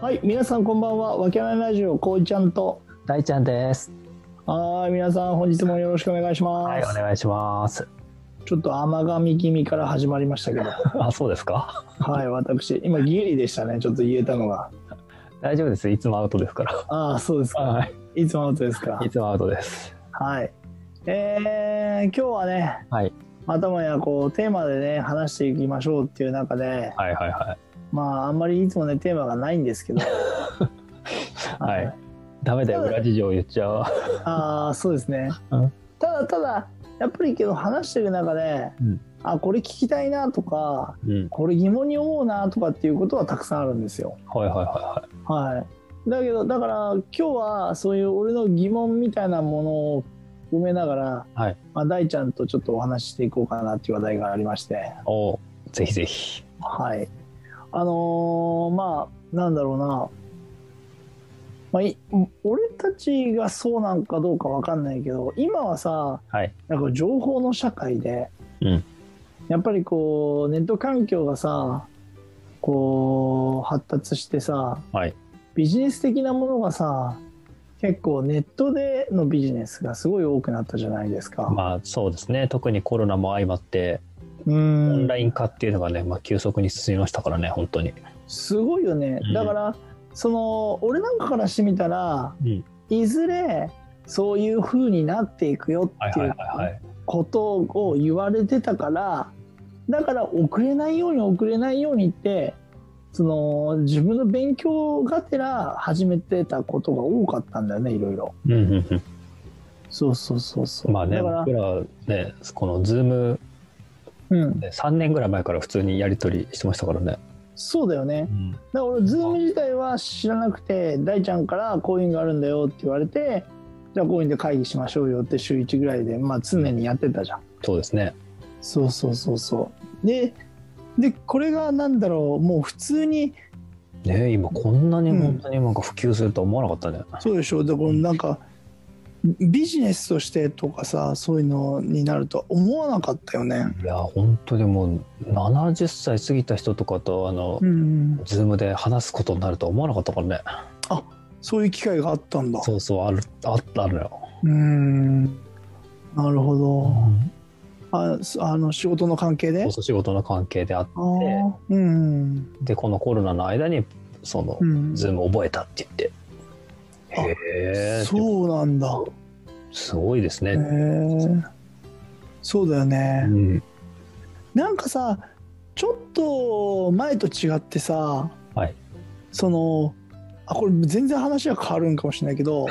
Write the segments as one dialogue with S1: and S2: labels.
S1: はい、皆さんこんばんは。わけないラジオこういちゃんと。
S2: 大ちゃんです。
S1: はーい、皆さん本日もよろしくお願いします。
S2: はい、お願いします。
S1: ちょっと甘噛み気味から始まりましたけど、
S2: あ、そうですか。
S1: はい、私今ギリでしたね。ちょっと言えたのが。
S2: 大丈夫です。いつもアウトですから。
S1: ああ、そうですか。、
S2: はい
S1: つものことですか
S2: い。。いつもアウトです。
S1: はい。えー、今日はね、
S2: はい。
S1: またもやこうテーマでね話していきましょうっていう中で、
S2: はいはいは
S1: まああんまりいつもねテーマがないんですけど。
S2: い。 はい。ダメだよ。裏事情言っちゃう。
S1: ああそうですね、
S2: うん
S1: ただただやっぱりけど話してる中で、
S2: うん
S1: あこれ聞きたいなとか
S2: うん。
S1: これ疑問に思うなとかっていうことはたくさんあるんですよ
S2: はいはいは
S1: はいだけどだから今日はそういう俺の疑問みたいなものを埋めながら、
S2: はい
S1: まあ、大ちゃんとちょっとお話ししていこうかなっていう話題がありまして
S2: い。おうぜひぜひ。
S1: はいあのーまあなんだろうなまあ、い俺たちがそうなんかどうかわかんないけど今はさ
S2: はい。
S1: なんか情報の社会で、
S2: うん
S1: やっぱりこうネット環境がさこう発達してさ
S2: はい。
S1: ビジネス的なものがさ結構ネットでのビジネスがすごい多くなったじゃないですか。
S2: まあそうですね。特にコロナも相まって、
S1: う
S2: オ
S1: ん
S2: ンライン化っていうのがね、まあ急速に進みましたからね、本当に。
S1: すごいよね
S2: うん
S1: だから、その俺なんかからしてみたら
S2: うん。
S1: いずれそういう風になっていくよ
S2: はい
S1: って
S2: はいいうはいはい。
S1: ことを言われてたからだから遅れないように遅れないようにってその自分の勉強がてら始めてたことが多かったんだよねいろいろ
S2: うんうんうん。
S1: そうそうそうそう
S2: まあね、
S1: だから
S2: 僕らね、このズーム
S1: うん
S2: で3年ぐらい前から普通にやり取りしてましたからね。
S1: そうだよね
S2: うん。
S1: だから俺ズーム自体は知らなくて大ちゃんからこういうのがあるんだよって言われてじゃあこういうので会議しましょうよって週1ぐらいでまあ常にやってたじゃん
S2: そうですね。
S1: そうそうそうそうででこれがなんだろうもう普通に
S2: ね今こんなに
S1: うん
S2: 本当になんか普及するとは思わなかったね、
S1: そうでしょだからなんかビジネスとしてとかさそういうのになるとは思わなかったよね。
S2: いや本当にもう70歳過ぎた人とかとあの、
S1: うん、
S2: ズームで話すことになるとは思わなかったからね
S1: そういう機会があったんだ。
S2: そうそうあるあったのよ、
S1: うんなるほ
S2: う
S1: ど。あすあの仕事の関係で
S2: そうそう仕事の関係であっ
S1: あーうん
S2: てこのコロナの間にその、
S1: うん、
S2: ズーム覚えたって言って
S1: あ
S2: へえ
S1: そうなんだ。
S2: すごいです
S1: へ
S2: ね、
S1: えそうだよ
S2: う
S1: ね。
S2: ん、
S1: なんかさちょっと前と違ってさ、
S2: はい
S1: そのあこれ全然話は変わるんかもしれないけ ど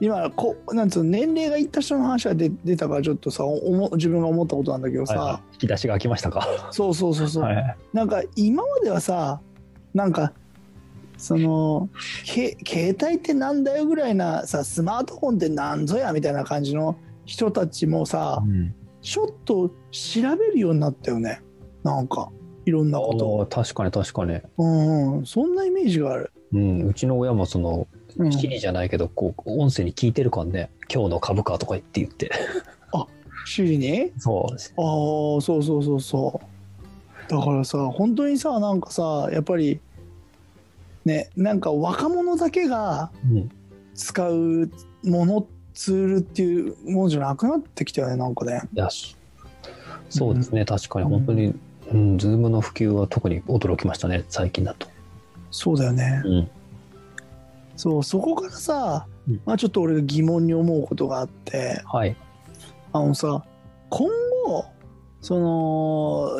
S1: 今こうなんつうの年齢がいった人の話が出出たからちょっとさお思自分が思ったことなんだけど
S2: はい
S1: さ、
S2: はい引き出しが開きましたか
S1: そうそうそうそう、
S2: はい
S1: なんか今まではさなんかそのけ携帯ってなんだよぐらいなさスマートフォンってなんぞやみたいな感じの人たちもさ
S2: うん
S1: ちょっと調べるようになったよねなんかいろんなことを
S2: おー確かに確かに、
S1: うんうん、そんなイメージがある。
S2: うん、うちの親もその
S1: うん
S2: シリじゃないけど、こう、音声に聞いてるからね、今日の株価とか言って言って。
S1: シリに
S2: そう。
S1: ああそうそうそうそう。だからさ本当にさなんかさやっぱりねなんか若者だけが
S2: うん、
S1: 使うものツールっていうものじゃなくなってきたよねなんかね。
S2: いや、しそうですね、確かに本当に、うん、ズームの普及は特に驚きましたね、最近だと。
S1: そうだよね。
S2: うん。
S1: そうそこからさ
S2: うん、
S1: まあ、ちょっと俺が疑問に思うことがあって
S2: はい。
S1: あのさ今後その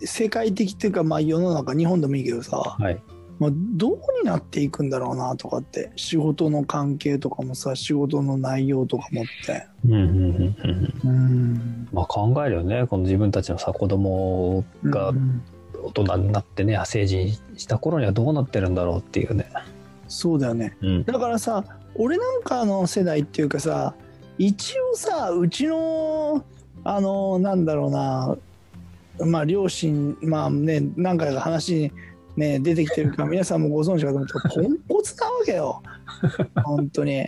S1: せ世界的っていうかまあ世の中日本でもいいけどさ、
S2: はい。
S1: まあ、どうになっていくんだろうなとかって仕事の関係とかもさ仕事の内容とかもって
S2: うん、うん、うん、うん。
S1: うん
S2: まあ考えるよね、この自分たちのさ、子供が
S1: うん
S2: 大人になってね、成人した頃にはどうなってるんだろうっていうね。
S1: そうだよね
S2: うん。
S1: だからさ俺なんかの世代っていうかさ一応さうちのあのなんだろうなまあ両親まあね何回か話にね出てきてる から皆さんもご存知かと思うとポンコツなわけよ本当に。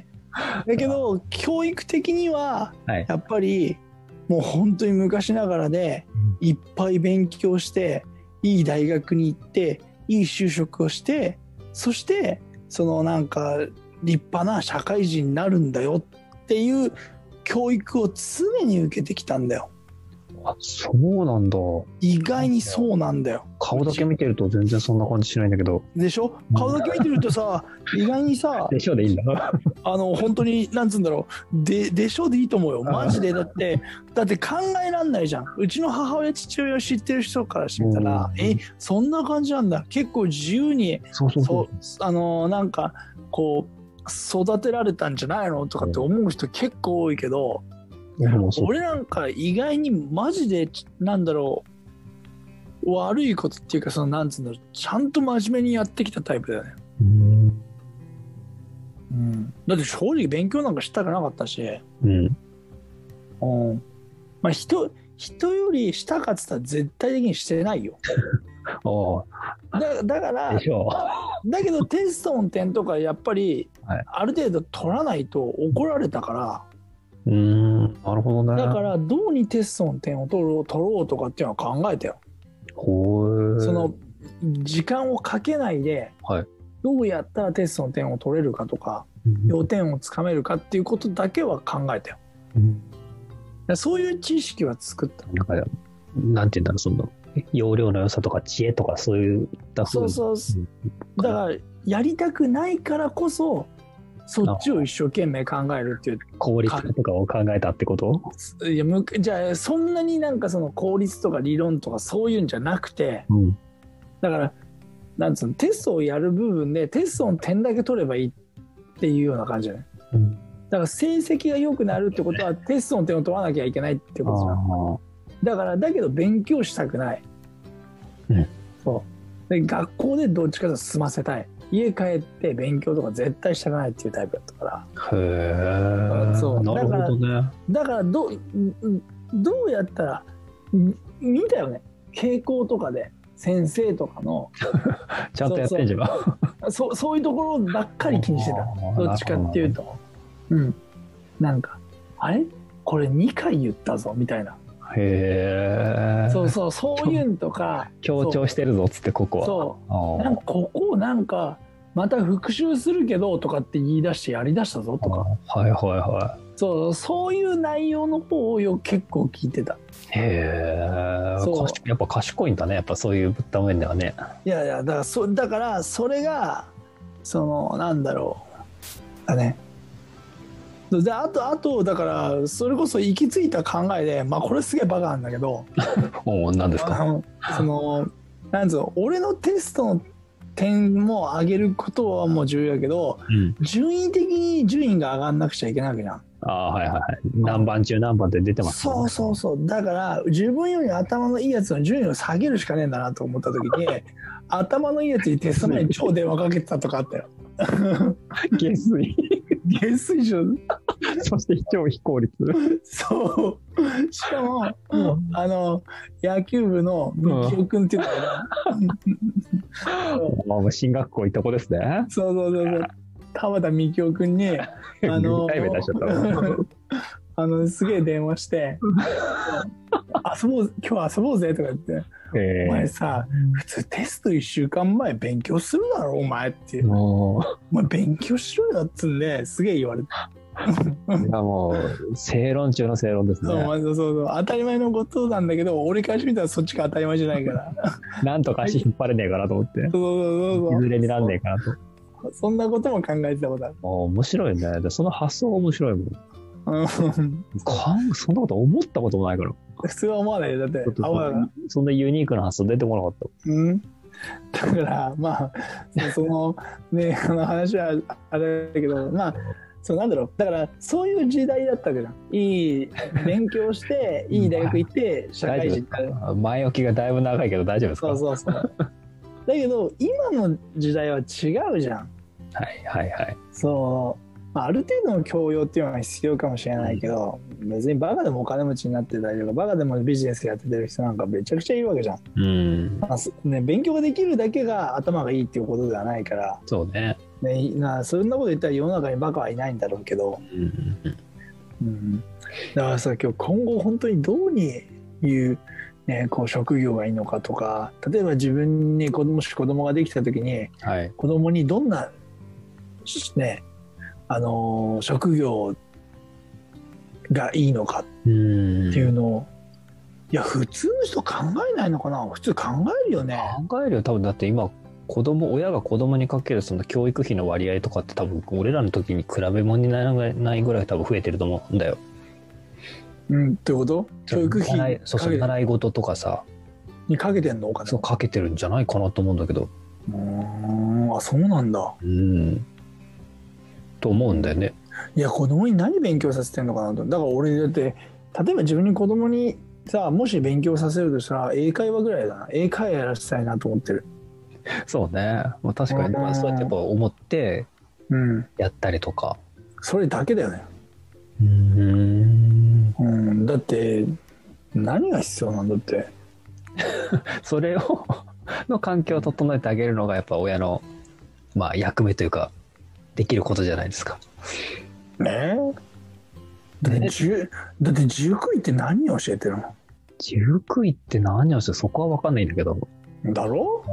S1: だけど教育的には
S2: はい
S1: やっぱりもう本当に昔ながらでいっぱい勉強していい大学に行っていい就職をしてそしてそのなんか立派な社会人になるんだよっていう教育を常に受けてきたんだよ
S2: あそうなんだ
S1: 意外にそうなんだよ
S2: 顔だけ見てると全然そんな感じしないんだけど
S1: でしょ顔だけ見てると さ意外にさ
S2: でしょでいいんだな
S1: あの本当になんつうんだろうででしょでいいと思うよマジでだってだって考えらんないじゃんうちの母親父親を知ってる人からしてみたら
S2: うん
S1: えそんな感じなんだ結構自由に
S2: そうそうそう
S1: そうあのなんかこう育てられたんじゃないのとかって思う人結構多いけど
S2: 俺もそう
S1: 俺なんか意外にマジでなんだろう悪いことっていうかそのなんつうんだろうちゃんと真面目にやってきたタイプだよね、
S2: うん
S1: だって正直勉強なんかしたくなかったし、
S2: うん
S1: うん、まあ人人よりしたかっつったら絶対的にしてないよ
S2: あ
S1: だだか
S2: あ
S1: ら
S2: でしょ
S1: だけどテストの点とかやっぱり
S2: はい
S1: ある程度取らないと怒られたから、
S2: うーんなるほどね
S1: だからどうにテストの点を取ろう取ろうとかっていうのは考えたよ。
S2: ほう
S1: その時間をかけないで、
S2: はい
S1: どうやったらテストの点を取れるかとか要点をつかめるかっていうことだけは考えたよ。
S2: うん
S1: だからそういう知識は作った。
S2: なんかなんて言うんだろうその容量の良さとか知恵とかそういった
S1: そう
S2: う
S1: そうだからやりたくないからこそそっちを一生懸命考えるっていう
S2: 効率化とかを考えたってこと
S1: いやむじゃあそんなになんかその効率とか理論とかそういうんじゃなくて
S2: うん
S1: だからなんつうのテストをやる部分でテストの点だけ取ればいいっていうような感じじゃない
S2: うん
S1: だから成績が良くなるってこと はテストの点を取らなきゃいけないって
S2: あ
S1: ことじゃんだ
S2: あ
S1: からだけど勉強したくない、
S2: うん
S1: そうで学校でどっちかというと済ませたい家帰って勉強とか絶対したくないっていうタイプだったから
S2: へえ
S1: そう
S2: なるほどね
S1: だからどうんうんどうやったらみ見たよね傾向とかで先生とかの
S2: ちゃんとやってんじゃんばっ
S1: そうそういうところばっかり気にしてたどっちかっていう
S2: と
S1: とうんなんかあれこれ2回言ったぞみたいな
S2: へえ
S1: そうそうそういうんと か
S2: 強調してるぞっつってここは
S1: そう
S2: あ
S1: なんかここをなんかまた復習するけどとかって言い出してやりだしたぞとか
S2: あはいはいは
S1: そうそういう内容の方をよ結構聞いてた
S2: いへえ
S1: そう
S2: 賢いやっぱ賢いんだねやっぱそういうぶった面ではね
S1: いやいやだからそだからそれがそのなんだろうだねであとあとだからそれこそ行き着いた考えでまあこれすげえバカなんだけど
S2: おお何です
S1: あ
S2: か
S1: のそのなんつうの俺のテストの点も上げることはもう重要やけど
S2: うん
S1: 順位的に順位が上がんなくちゃいけないわけじゃん
S2: ああはいはいはい何番中何番って出てます
S1: そうそうそうだから自分より頭のいいやつの順位を下げるしかねえんだなと思った時 に頭のいいやつにテスト前に超電話かけてたとかあったよ
S2: う下水
S1: 下水上
S2: そして超非効率
S1: そうしかも、
S2: うん
S1: あの野球部の道夫君っていうのが、
S2: まあ進学校いとこですね
S1: そうそうそうそう田畑幹夫君にあの
S2: 痛い目出しちゃったわ
S1: あのすげえ電話し て「遊ぼう今日遊ぼうぜ」とか言って
S2: へ
S1: お前
S2: え
S1: さ普通テスト1週間前勉強するだろお前っていう
S2: もう
S1: お前勉強しろよっつうんですげえ言われて
S2: いやもう正論中の正論です
S1: そう
S2: ね。
S1: まあそうそう当たり前のことなんだけど俺からしてみたらそっちが当たり前じゃないから
S2: なんとか足引っ張れねえかなと思って。
S1: そうそうそう
S2: い
S1: そう
S2: ずれになんねえかなと。
S1: そんなことも考えてたことある
S2: ああ面白いね。でその発想が面白いもん。
S1: うん
S2: かんそんなこと思ったこともないから。
S1: 普通は思わないよだって
S2: ちょっと
S1: 青だから
S2: そんなユニークな発想出てこなかった。
S1: うんだからまあそのねあの話はあれだけどまあそうなんだろうだからそういう時代だったわけじゃんいい勉強 していい大学行って社会人になる
S2: 前置きがだいぶ長いけど大丈夫ですか
S1: そうそうそう。だけど今の時代は違うじゃん。
S2: はいはいはい。
S1: そう。まあある程度の教養っていうのが必要かもしれないけど、別にバカでもお金持ちになってたりとか、バカでもビジネスやっててる人なんかめちゃくちゃいるわけじゃん。
S2: うん。
S1: まあすね、勉強ができるだけが頭がいいっていうことではないから、
S2: そうね。
S1: ね、なそんなこと言ったら世の中にバカはいないんだろうけど、
S2: うん
S1: うん、だからさ今日今後本当にどうにいう、ね、こう職業がいいのかとか例えば自分に子供もし子供ができた時に
S2: はい。
S1: 子供にどんなねあの職業がいいのか
S2: うん
S1: っていうのを、いや普通の人考えないのかな普通考えるよね
S2: 考えるよ多分だって今子供親が子供にかけるその教育費の割合とかって多分俺らの時に比べ物にならないぐらい多分増えてると思うんだよ。
S1: うんってこと教育
S2: 習
S1: 費
S2: いそう
S1: か
S2: そう
S1: けて
S2: 習い事とかさ
S1: にかけてんのお金
S2: そうかけてるんじゃないかなと思うんだけど
S1: うーんあそうなんだ
S2: うんと思うんだよね。
S1: いや子供に何勉強させてんのかなとだから俺だって例えば自分に子供にさもし勉強させるとしたら英会話ぐらいだな英会話やらせたいなと思ってる
S2: そうね、まあ、確かにまあそうやってやっぱ思って
S1: うん
S2: やったりとか。
S1: それだけだよね
S2: うん
S1: うんだって何が必要なんだって
S2: それを の環境を整えてあげるのがやっぱ親の、まあ、役目というかできることじゃないですか。
S1: ねだってじゅだって塾行って何を教えてるの
S2: 塾行って何をしてるそこは分かんないんだけど。
S1: だ ろ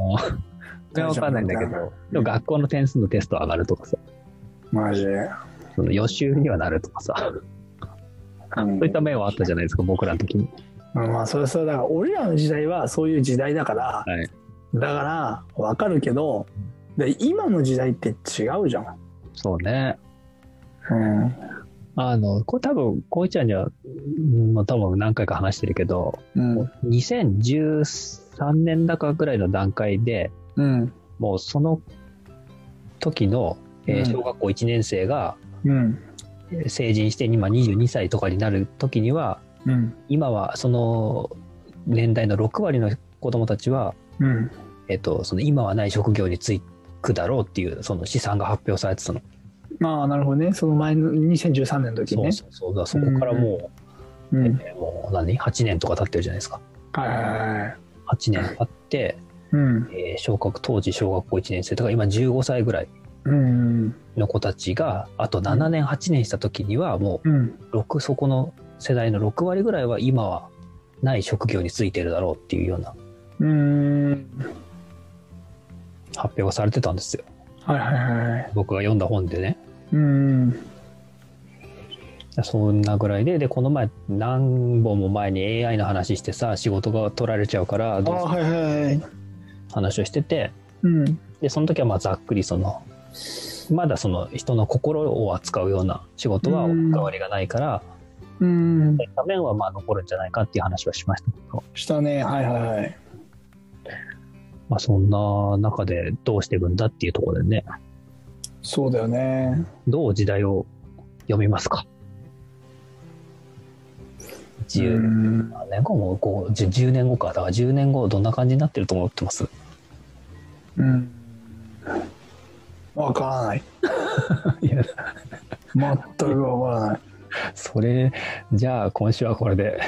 S2: それは分かんないんだけど。でも学校の点数のテスト上がるとかさ、
S1: マジで、
S2: その予習にはなるとかさ、
S1: う
S2: そ
S1: ん
S2: ういった面はあったじゃないですか、僕らの時に。
S1: うんまあそれはそれだから俺らの時代はそういう時代だから、
S2: はい
S1: だから分かるけどで今の時代って違うじゃん、
S2: そうね。
S1: うん
S2: あの、これ多分、こういちゃんには、うんまあ多分何回か話してるけど、
S1: うん
S2: 2013年だかぐらいの段階で、
S1: うん
S2: もうその時の、えー
S1: うん
S2: 小学校1年生が
S1: うん
S2: えー成人して今22歳とかになる時には、
S1: うん
S2: 今はその年代の6割の子供たちは、
S1: うん
S2: えっと、その今はない職業に就くだろうっていうその試算が発表されてたの、
S1: まあなるほどねその前の2013年の時
S2: そう
S1: ね
S2: そうそうだそこからも
S1: う
S2: う,、
S1: ん
S2: えーもう何8年とか経ってるじゃないですか
S1: はいはいはい
S2: 8年経って、
S1: うん
S2: えー小学当時小学校1年生だから今15歳ぐらい
S1: うん
S2: の子たちがあと7年8年した時にはも
S1: うん
S2: う6そこの世代の6割ぐらいは今はない職業に就いてるだろうっていうような
S1: うん
S2: 発表がされてたんですよ
S1: はいはいはい
S2: 僕が読んだ本でね
S1: うん
S2: そんなぐらいで、で、この前、何本も前に AI の話してさ、仕事が取られちゃうから、
S1: あ
S2: どうする
S1: はいはいはい
S2: 話をしてて、
S1: うん
S2: で、その時はまあざっくりその、まだその人の心を扱うような仕事は
S1: うん
S2: 関わりがないから、
S1: うん
S2: そういった面はまあ残るんじゃないかっていう話はしましたけど、
S1: したねはいはいはい
S2: まあそんな中でどうしていくんだっていうところでね、
S1: そうだよね
S2: どう時代を読みますか。
S1: う
S2: 10
S1: ん
S2: 年後もこう、10年後か、だから10年後どんな感じになってると思ってます
S1: うん。わからない。
S2: いや
S1: 全くわからない。
S2: それじゃあ今週はこれで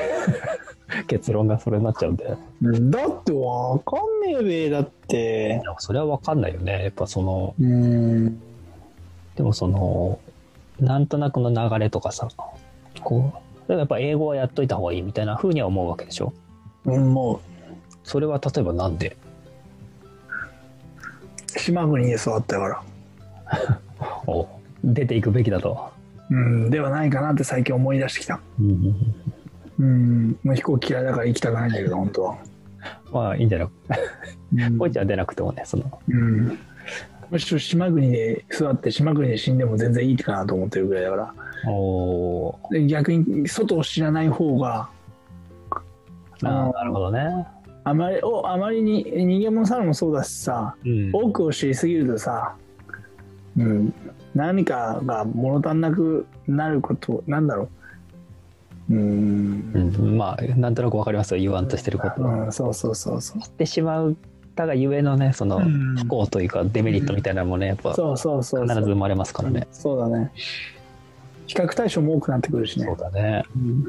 S2: 結論がそれになっちゃうんで
S1: だってわかんねえべ、だって。
S2: それは分かんないよねやっぱその
S1: うん。
S2: でもそのなんとなくの流れとかさこう例えばやっぱ英語はやっといた方がいいみたいな風には思うわけでしょ
S1: も
S2: それは例えばなんで
S1: う、島国で育ったから。
S2: お出ていくべきだと、
S1: うん、ではないかなって最近思い出してきた。うん。もう飛行機嫌いだから行きたくないんだけど、本当は。
S2: まあいいんじゃない
S1: うん
S2: こいちゃん出なくてもねその
S1: うん。むしろ島国で育って島国で死んでも全然いいかなと思ってるぐらいだから
S2: おー
S1: で逆に外を知らない方が
S2: あ
S1: あ
S2: ーなるほどね
S1: あまりおあまりに逃げ物さんもそうだしさ
S2: うん
S1: 多くを知りすぎるとさ、うん、何かが物足んなくなることなんだろううー、
S2: うんんまあなんとなく分かりますよ言わんとしてることは
S1: うん、そうそうそうそう
S2: ってしまうたがゆえのねその
S1: うん
S2: 不幸というかデメリットみたいなのもねやっぱ必
S1: そうそうそう
S2: ず
S1: そう
S2: 生まれますからね
S1: そうだね比較対象も多くなってくるしね
S2: そうだね
S1: うん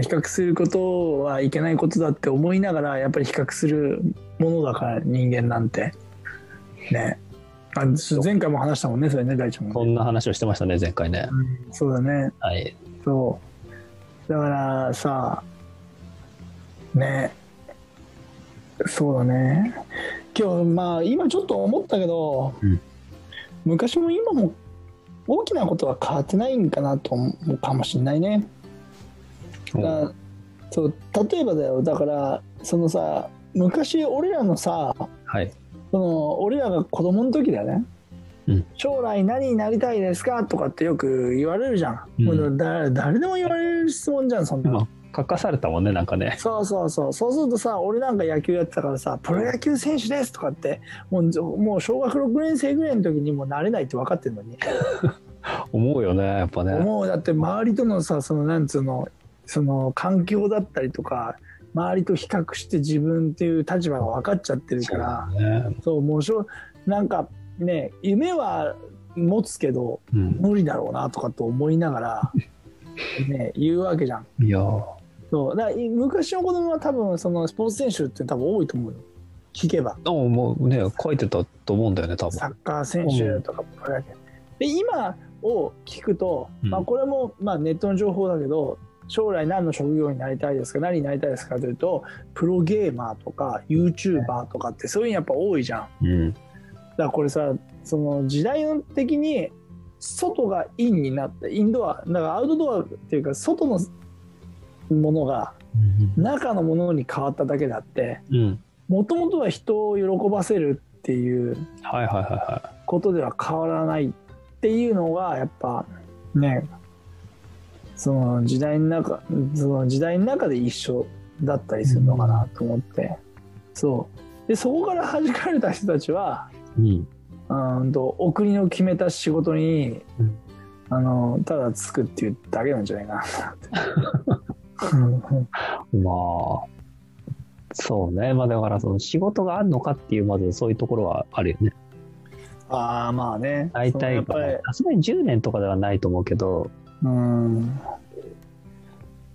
S1: 比較することはいけないことだって思いながらやっぱり比較するものだから人間なんてねあ前回も話したもんねそれね大ちゃん
S2: そ
S1: もね、
S2: んな話をしてましたね前回ね
S1: うんそうだね
S2: はい
S1: そうだからさねそうだね今日まあ今ちょっと思ったけど、
S2: うん
S1: 昔も今も大きなことは変わってないんかなと思うかもしれないね。だから
S2: うん
S1: そう例えばだよだからそのさ昔俺らのさ
S2: はい
S1: その俺らが子供の時だよね、
S2: うん
S1: 将来何になりたいですかとかってよく言われるじゃん、
S2: うん
S1: もうだ誰でも言われる質問じゃんそんなの、
S2: まあ書かされたもんねなんかね
S1: そうそうそうそうするとさ俺なんか野球やってたからさプロ野球選手ですとかってもうもう小学6年生ぐらいの時にもうなれないって分かってるのに
S2: 思うよねやっぱね
S1: もうだって周りとのさそのなんつうのその環境だったりとか周りと比較して自分っていう立場が分かっちゃってるから
S2: ね
S1: そうもうしょなんかね夢は持つけど
S2: うん
S1: 無理だろうなとかと思いなが ら、ね、言うわけじゃん
S2: いやー
S1: そうだからい昔の子供は多分そのスポーツ選手って多分多いと思うよ聞けば
S2: あもうね書いてたと思うんだよね多分
S1: サッカー選手とかプロ野球で今を聞くと、
S2: うん
S1: まあ、これもまあネットの情報だけど将来何の職業になりたいですか何になりたいですかというとプロゲーマーとか YouTuber とかってそういうのやっぱ多いじゃんだ
S2: うん
S1: からこれさその時代的に外がインになってインドアだからアウトドアっていうか外のものが中のものに変わっただけであって
S2: うんうん
S1: もともとは人を喜ばせるっていう
S2: はいはいはいは
S1: ことでは変わらないっていうのがやっぱねその時代の中その時代の中で一緒だったりするのかなと思ってそうでそこから弾かれた人たちはい
S2: うん
S1: うーんとお国の決めた仕事に、
S2: うん
S1: あのただつくっていうだけなんじゃないかな と思ってうん
S2: まあそうねまあだからその仕事があるのかっていうまずそういうところはあるよね
S1: ああまあね
S2: 大
S1: その
S2: 体
S1: やっぱり
S2: さすがに10年とかではないと思うけど
S1: うん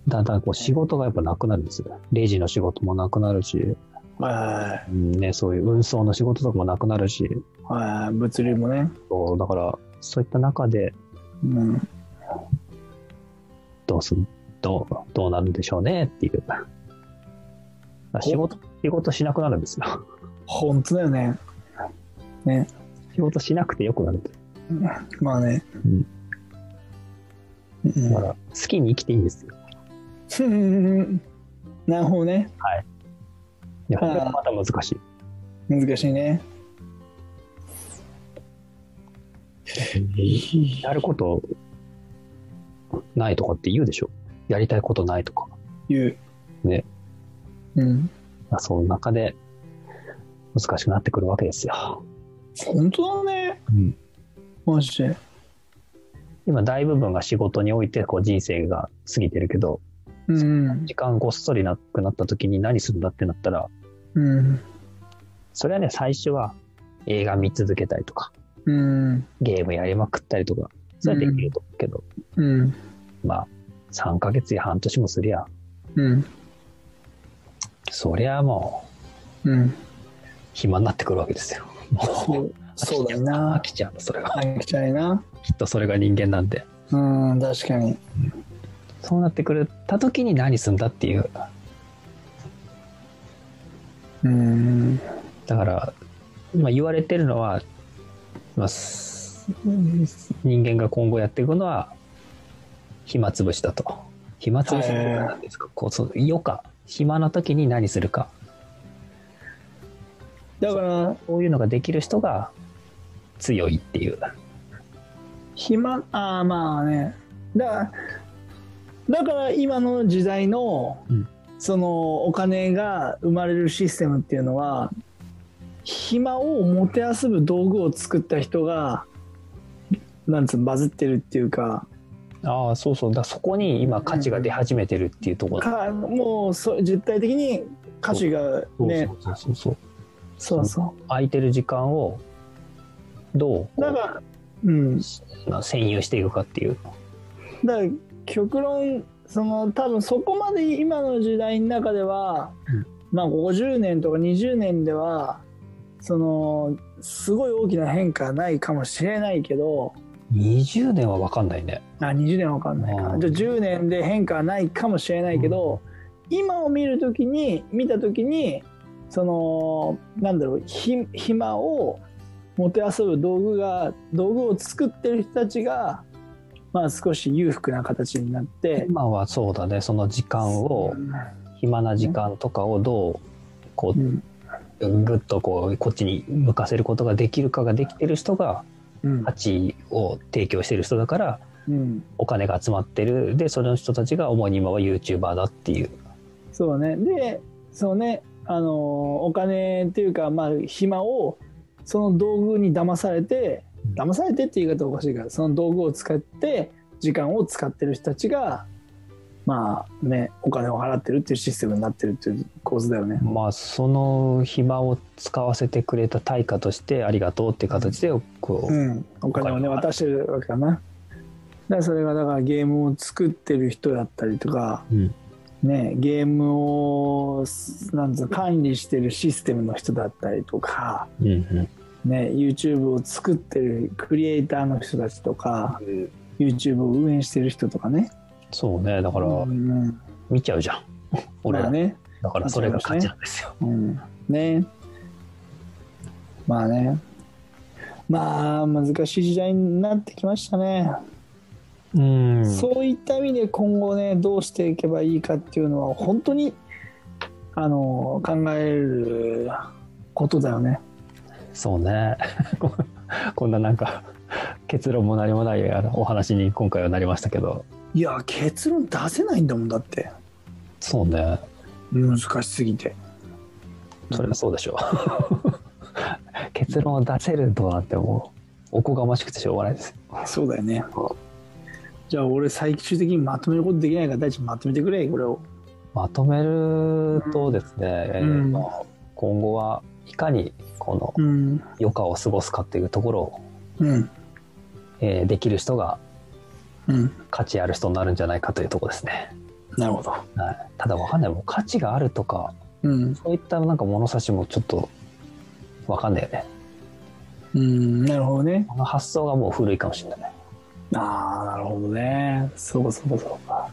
S2: だんだんこう仕事がやっぱなくなるんですよレジの仕事もなくなるし、
S1: はいはい
S2: うんね、そういう運送の仕事とかもなくなるし
S1: はいはい物流もね
S2: そうだからそういった中で
S1: うん
S2: どうするどうどうなるんでしょうねっていうだから仕事仕事しなくなるんですよ
S1: 本当だよね。
S2: 仕事しなくてよくなる
S1: まあね。
S2: うん
S1: うん
S2: だから好きに生きていいんですよ
S1: うんなるほどね。
S2: で
S1: あー
S2: これがまた難し い
S1: 難しいね。
S2: やることないとかって言うでしょやりたいことないとか
S1: 言う。
S2: ね。
S1: うん。
S2: まあその中で難しくなってくるわけですよ。
S1: 本当だね。
S2: うん
S1: マジで。
S2: 今大部分が仕事においてこう人生が過ぎてるけど
S1: うん。
S2: 時間ごっそりなくなった時に何するんだってなったら
S1: うん。
S2: それはね最初は映画見続けたりとか
S1: うん。
S2: ゲームやりまくったりとかそれはできると思うけど、
S1: うん。
S2: まあ3ヶ月や半年もすりゃ
S1: うん。
S2: そりゃもう
S1: うん。
S2: 暇になってくるわけですよ。
S1: そうそうだよ
S2: 飽
S1: な。
S2: きちゃうのそれが
S1: 飽きちゃいな。
S2: きっとそれが人間なんで
S1: うん、確かに。
S2: そうなってくるた時に何するんだっていう
S1: うん。
S2: だから、まあ、言われてるのは、まあ、す人間が今後やっていくのは暇つぶしだと暇つぶしっていうのは何ですか、こうそう余暇暇の時に何するか
S1: だから、
S2: こういうのができる人が強いっていう
S1: 暇、ああ、まあね。だから、だから今の時代の、
S2: うん
S1: そのお金が生まれるシステムっていうのは、暇をもてあそぶ道具を作った人が、なんつうのバズってるっていうか、
S2: ああそうそうだそこに今価値が出始めてるっていうところ、
S1: かもうそ絶対的に価値がね、
S2: そうそうそうそ
S1: そ
S2: う
S1: うそう。
S2: 空いてる時間をどう
S1: だから、うん。
S2: まあ占有していくかっていう
S1: だから極論その多分そこまで今の時代の中では、
S2: うん
S1: まあ50年とか20年ではそのすごい大きな変化はないかもしれないけど
S2: 20年は分かんないね
S1: あ20年は分かんないか
S2: う
S1: なんじゃあ10年で変化はないかもしれないけど、今を見るときに見たときにそのなんだろうひ暇をもてあそぶ道具が道具を作ってる人たちがまあ少し裕福な形になって
S2: 今はそうだねその時間を暇な時間とかをどうこ
S1: うんうん
S2: うぐっとこうこっちに向かせることができるかができてる人が
S1: うん
S2: 価値を提供してる人だから
S1: うん
S2: お金が集まってるでその人たちが主に今は YouTuber だっていう
S1: そうねでそうねあのーお金っていうかまあ暇をその道具に騙されて騙されてって言い方おかしいからその道具を使って時間を使ってる人たちがまあねお金を払ってるっていうシステムになってるっていう構図だよね。
S2: まあその暇を使わせてくれた対価としてありがとうっていう形でこう、
S1: うん、お金をね
S2: お金を払う
S1: 渡してるわけかなだからそれがだからゲームを作ってる人だったりとか、
S2: うん
S1: ね、ゲームをすなんつうの管理してるシステムの人だったりとか、
S2: うんうん
S1: ね、YouTube を作ってるクリエイターの人たちとか YouTube を運営してる人とかね
S2: そうねだから
S1: うんうん
S2: 見ちゃうじゃん、俺
S1: まあ
S2: ら、
S1: ね,、
S2: だからそれが価値なんですよ、
S1: うん、ねまあねまあ難しい時代になってきましたね
S2: うん
S1: そういった意味で今後ねどうしていけばいいかっていうのは本当にあの考えることだよね。
S2: そうね ここんななんか結論も何もないあのお話に今回はなりましたけど
S1: いや結論出せないんだもんだって
S2: そうね
S1: 難しすぎて。
S2: それはそうでしょう 結論を出せるとなんてもうおこがましくてしょうがないです
S1: そうだよね
S2: そ。
S1: じゃあ俺最終的にまとめることできないから大地まとめてくれこれを。
S2: まとめるとですね、えーまあ今後はいかにこの
S1: うん
S2: 余暇を過ごすかっていうところを、
S1: うん
S2: えーできる人が
S1: うん
S2: 価値ある人になるんじゃないかというところですね、
S1: なるほど。
S2: はい、ただわかんないもう価値があるとか
S1: うん
S2: そういったなんか物差しもちょっとわかんないよね
S1: うんなるほどね。
S2: この発想がもう古いかもしれないね
S1: ああなるほどね。そうかそうかそうか。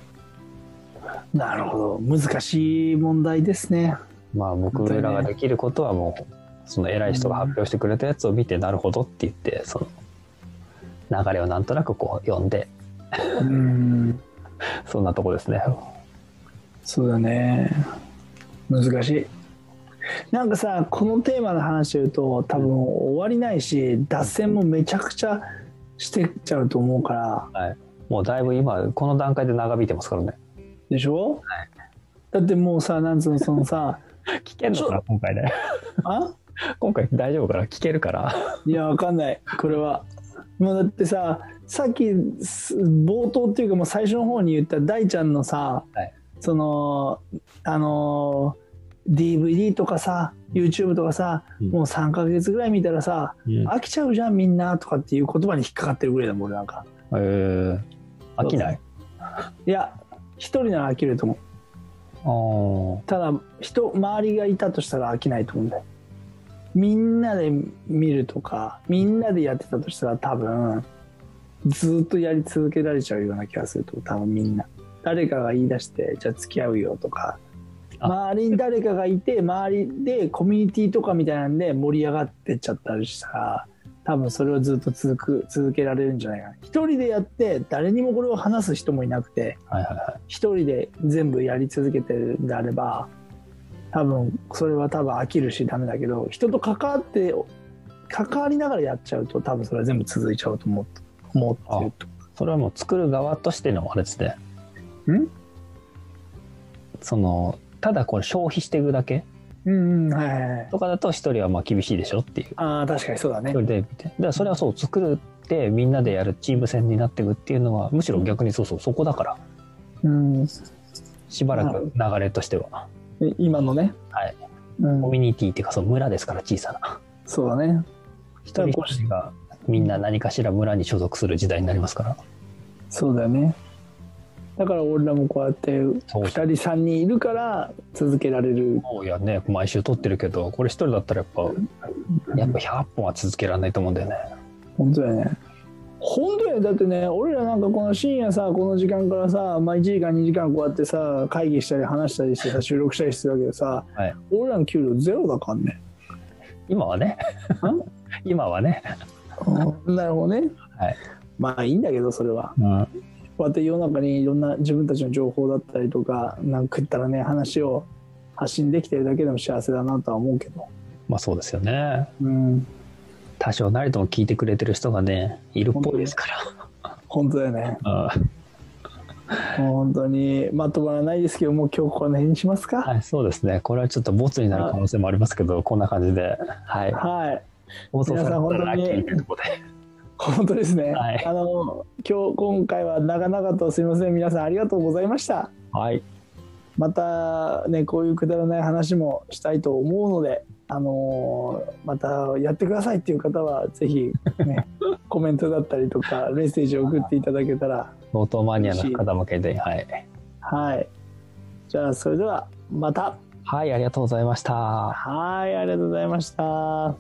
S1: なるほど難しい問題ですね。
S2: まあ僕らができることはもうその偉い人が発表してくれたやつを見てなるほどって言ってその流れをなんとなくこう読んで
S1: うん
S2: そんなとこですね
S1: そうだね難しいなんかさこのテーマの話で言うと多分終わりないし脱線もめちゃくちゃしてっちゃうと思うから
S2: もうだいぶ今この段階で長引いてますからね
S1: でしょ、だってもうさなんつうのそのさ
S2: 聞けるのかな今回ね
S1: あ
S2: 今回大丈夫かな聞けるから
S1: いやわかんないこれはもうだってささっきす冒頭っていうかもう最初の方に言った大ちゃんのさ、
S2: はい
S1: そのあの DVD とかさ YouTube とかさ、
S2: うん
S1: もう3ヶ月ぐらい見たらさ、飽きちゃうじゃんみんなとかっていう言葉に引っかかってるぐらいだもん俺なんか
S2: えー飽きない
S1: いや一人なら飽きると思う
S2: あー
S1: ただ人周りがいたとしたら飽きないと思うんだよみんなで見るとかみんなでやってたとしたら多分ずっとやり続けられちゃうような気がすると多分みんな誰かが言い出してじゃあ付き合うよとか
S2: あ
S1: 周りに誰かがいて周りでコミュニティとかみたいなんで盛り上がってっちゃったりしたら多分それをずっと続く続けられるんじゃないかな一人でやって誰にもこれを話す人もいなくて
S2: はいはいはい
S1: 一人で全部やり続けてるんであれば多分それは多分飽きるしダメだけど人と関わって関わりながらやっちゃうと多分それは全部続いちゃうと思う思ってると
S2: それはもう作る側としてのあれですね
S1: ん
S2: そのただこれ消費していくだけ
S1: うんうんはいはいはい
S2: とかだと一人はまあ厳しいでしょっていう
S1: ああ確かにそうだね
S2: 一人で見てだからそれはそう作るってみんなでやるチーム戦になっていくっていうのはむしろ逆にそうそうそこだから
S1: うん
S2: しばらく流れとしては
S1: 今のね
S2: はい
S1: うん
S2: コミュニティっていうかその村ですから小さな
S1: そうだね
S2: 一人一人がみんな何かしら村に所属する時代になりますから
S1: そうだよねだから俺らもこうやって2
S2: そう
S1: 人3人いるから続けられる
S2: もういやね毎週撮ってるけどこれ一人だったらやっぱやっぱ100本は続けられないと思うんだよね
S1: 本当だよね本当だよだってね俺らなんかこの深夜さこの時間からさ、まあ、1時間2時間こうやってさ会議したり話したりしてさ収録したりしてるわけどさ、
S2: はい
S1: 俺らの給料ゼロだからね
S2: 今はね 今はね、
S1: うんなるほどね、
S2: はい
S1: まあいいんだけどそれは
S2: うん、
S1: こうやって世の中にいろんな自分たちの情報だったりとかなんか食ったらね話を発信できてるだけでも幸せだなとは思うけど
S2: まあそうですよね
S1: うん
S2: 多少なりとも聞いてくれてる人がねいるっぽいですか
S1: 本当だよね
S2: ら、うん
S1: もう本当にまとまらないですけどもう今日この辺にしますか
S2: はい、そうですねこれはちょっとボツになる可能性もありますけどこんな感じではい
S1: はい
S2: 放送されたらラッキーってとこで
S1: 本当ですね、
S2: はい
S1: あの今日今回は長々とすみません皆さんありがとうございました
S2: はい
S1: またねこういうくだらない話もしたいと思うので、あのーまたやってくださいっていう方はぜひ、 ね、コメントだったりとかメッセージを送っていただけたら
S2: ノートマニアの方向けではい
S1: はいじゃあそれではまた
S2: はいありがとうございました
S1: はいありがとうございました。